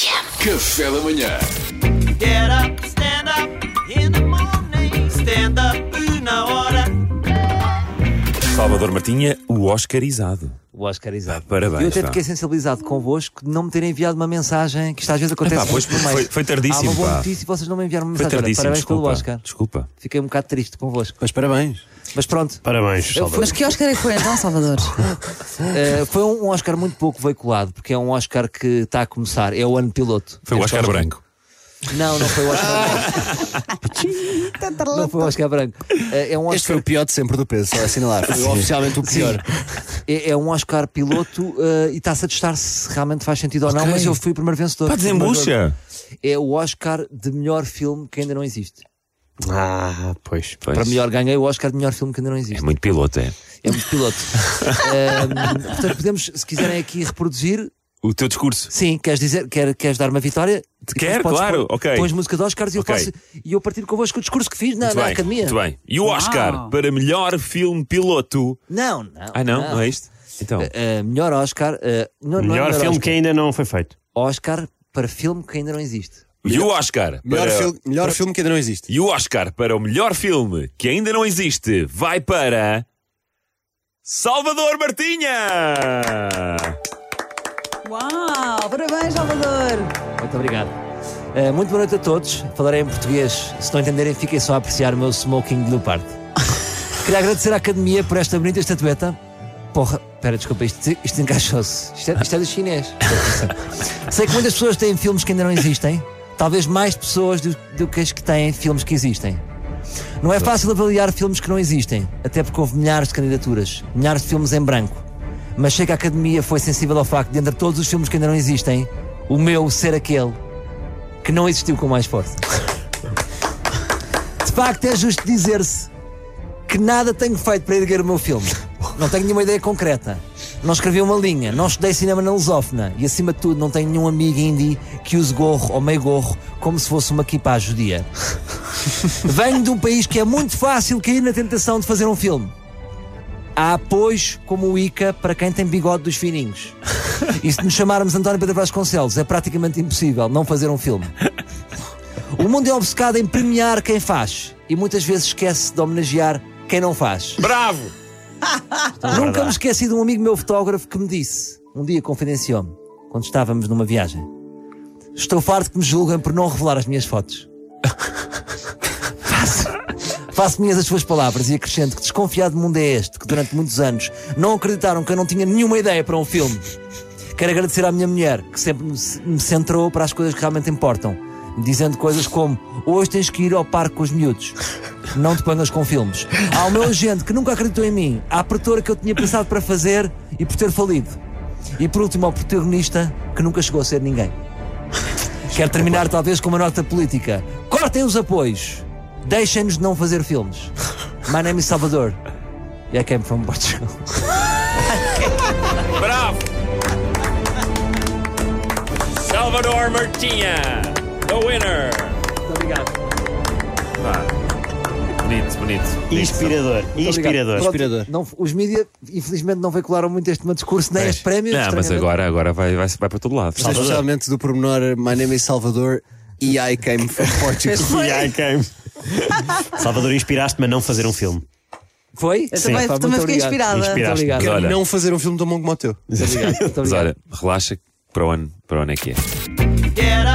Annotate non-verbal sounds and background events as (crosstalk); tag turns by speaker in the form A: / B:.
A: Café da manhã.
B: Get up, stand up in the morning. Stand up na hora.
C: Salvador Martinha, o Oscarizado.
D: O Oscar, exato.
C: Parabéns.
D: Eu até
C: pá.
D: fiquei sensibilizado convosco de não me terem enviado uma mensagem, que isto às vezes acontece
C: Epá, pois,
D: muito por mais.
C: foi- foi tardíssimo,
D: Há uma boa
C: pá.
D: notícia e vocês não me enviaram uma
C: Foi
D: mensagem. Olha,
C: tardíssimo,
D: Parabéns
C: desculpa.
D: pelo Oscar.
C: Desculpa.
D: Fiquei um bocado triste convosco.
E: Mas parabéns.
D: Mas pronto,
E: Parabéns, Salvador.
F: Mas que Oscar é que foi então, Salvador?
D: (laughs) eh, foi um Oscar muito pouco veiculado, porque é um Oscar que está a começar. É o ano piloto.
C: Foi o
D: Este
C: Oscar Branco.
D: Não, não foi o Oscar branco. não foi o Oscar branco. Eh, É um
E: Este foi
D: Oscar,
E: o pior de sempre do peso, só assinalar. Foi oficialmente o pior.
D: é, é um Oscar piloto eh, e está-se a testar se realmente faz sentido ou não,
C: Ok.
D: mas eu fui o primeiro vencedor.
C: Pá,
D: Fui o primeiro
C: desembucha.
D: é o Oscar de melhor filme que ainda não existe.
E: Ah, pois.
C: Pois.
D: Para melhor ganhei o Oscar de melhor filme que ainda não existe.
C: É muito piloto, é.
D: É
E: (laughs)
D: muito piloto. Ahm, portanto, podemos, se quiserem aqui reproduzir,
C: O teu discurso.
D: sim, queres dizer, quer, queres dar uma vitória?
C: Quer,
D: Depois podes
C: claro,
D: pôr-
C: ok.
D: Pões música de Oscars e eu
C: Ok.
D: faço e eu partilho convosco o discurso que fiz na,
C: Muito
D: na
C: bem,
D: academia.
C: Muito bem. E o Oscar para melhor filme piloto.
D: Não, não.
C: Ah, não? Não, é isto? Então,
D: Ah, melhor Oscar. ah, não- não é
G: Melhor filme
D: Oscar.
G: que ainda não foi feito.
D: Oscar para filme que ainda não existe.
C: e o Oscar
E: Melhor,
C: para...
E: filme, melhor filme que ainda não existe.
C: E o Oscar para o melhor filme que ainda não existe vai para. Salvador Martinha!
F: Uau, parabéns, Salvador!
D: Muito obrigado. Eh, muito boa noite a todos. Falarei em português. Se não entenderem, fiquem só a apreciar o meu smoking de leopardo. Queria agradecer à Academia por esta bonita estatueta. Porra, pera, desculpa, isto, isto encaixou-se. Isto, é, isto é do chinês. Sei que muitas pessoas têm filmes que ainda não existem. Talvez mais pessoas do, do que as que têm filmes que existem. Não é fácil avaliar filmes que não existem, até porque houve milhares de candidaturas, milhares de filmes em branco. Mas sei que a Academia foi sensível ao facto de, entre todos os filmes que ainda não existem, o meu ser aquele que não existiu com mais força. De facto, é justo dizer-se que nada tenho feito para erguer o meu filme. Não tenho nenhuma ideia concreta. Não escrevi uma linha, não estudei cinema na lusófona e, acima de tudo, não tenho nenhum amigo indie que use gorro ou meio gorro como se fosse uma equipa judia. Venho de um país que é muito fácil cair na tentação de fazer um filme. Há apoios como o ICA para quem tem bigode dos fininhos. E se nos chamarmos António Pedro Vasconcelos, é praticamente impossível não fazer um filme. O mundo é obcecado em premiar quem faz e muitas vezes esquece de homenagear quem não faz.
C: Bravo!
D: Nunca me esqueci de um amigo meu fotógrafo que me disse, um dia confidenciou-me, quando estávamos numa viagem: Estou farto que me julguem por não revelar as minhas fotos. faço, faço minhas as suas palavras e acrescento que desconfiado mundo é este, que durante muitos anos não acreditaram que eu não tinha nenhuma ideia para um filme. Quero agradecer à minha mulher, que sempre me ce- me centrou para as coisas que realmente importam, me dizendo coisas como: hoje tens que ir ao parque com os miúdos. Não te pongas com filmes. Ao meu agente que nunca acreditou em mim, à apertura que eu tinha pensado para fazer e por ter falido. E por último, ao protagonista que nunca chegou a ser ninguém. Quero terminar, talvez, com uma nota política: cortem os apoios, deixem-nos não fazer filmes. My name is Salvador. e I came from Portugal.
C: Bravo! Salvador Martinha, the winner! Muito obrigado. Bonito, bonito.
G: Inspirador. Inspirador.
D: Pronto,
E: Inspirador.
D: não- os mídia, infelizmente, não veicularam muito este meu discurso, nem este prémio.
C: Não, mas agora, agora vai, vai, vai para todo lado.
E: Gostei especialmente do pormenor My Name is Salvador e I came from Portugal.
G: E aí, quem? (laughs) Salvador, inspiraste-me a não fazer um filme.
D: Foi?
F: Eu também,
D: Pá, muito
F: também fiquei inspirada.
G: Inspirada.
D: obrigado. Muito obrigado.
C: Mas
E: Quero
C: olha.
E: não fazer um filme tão bom como o teu.
D: Muito obrigado.
C: Mas olha, relaxa que para o ano, para o ano é que é.
B: Get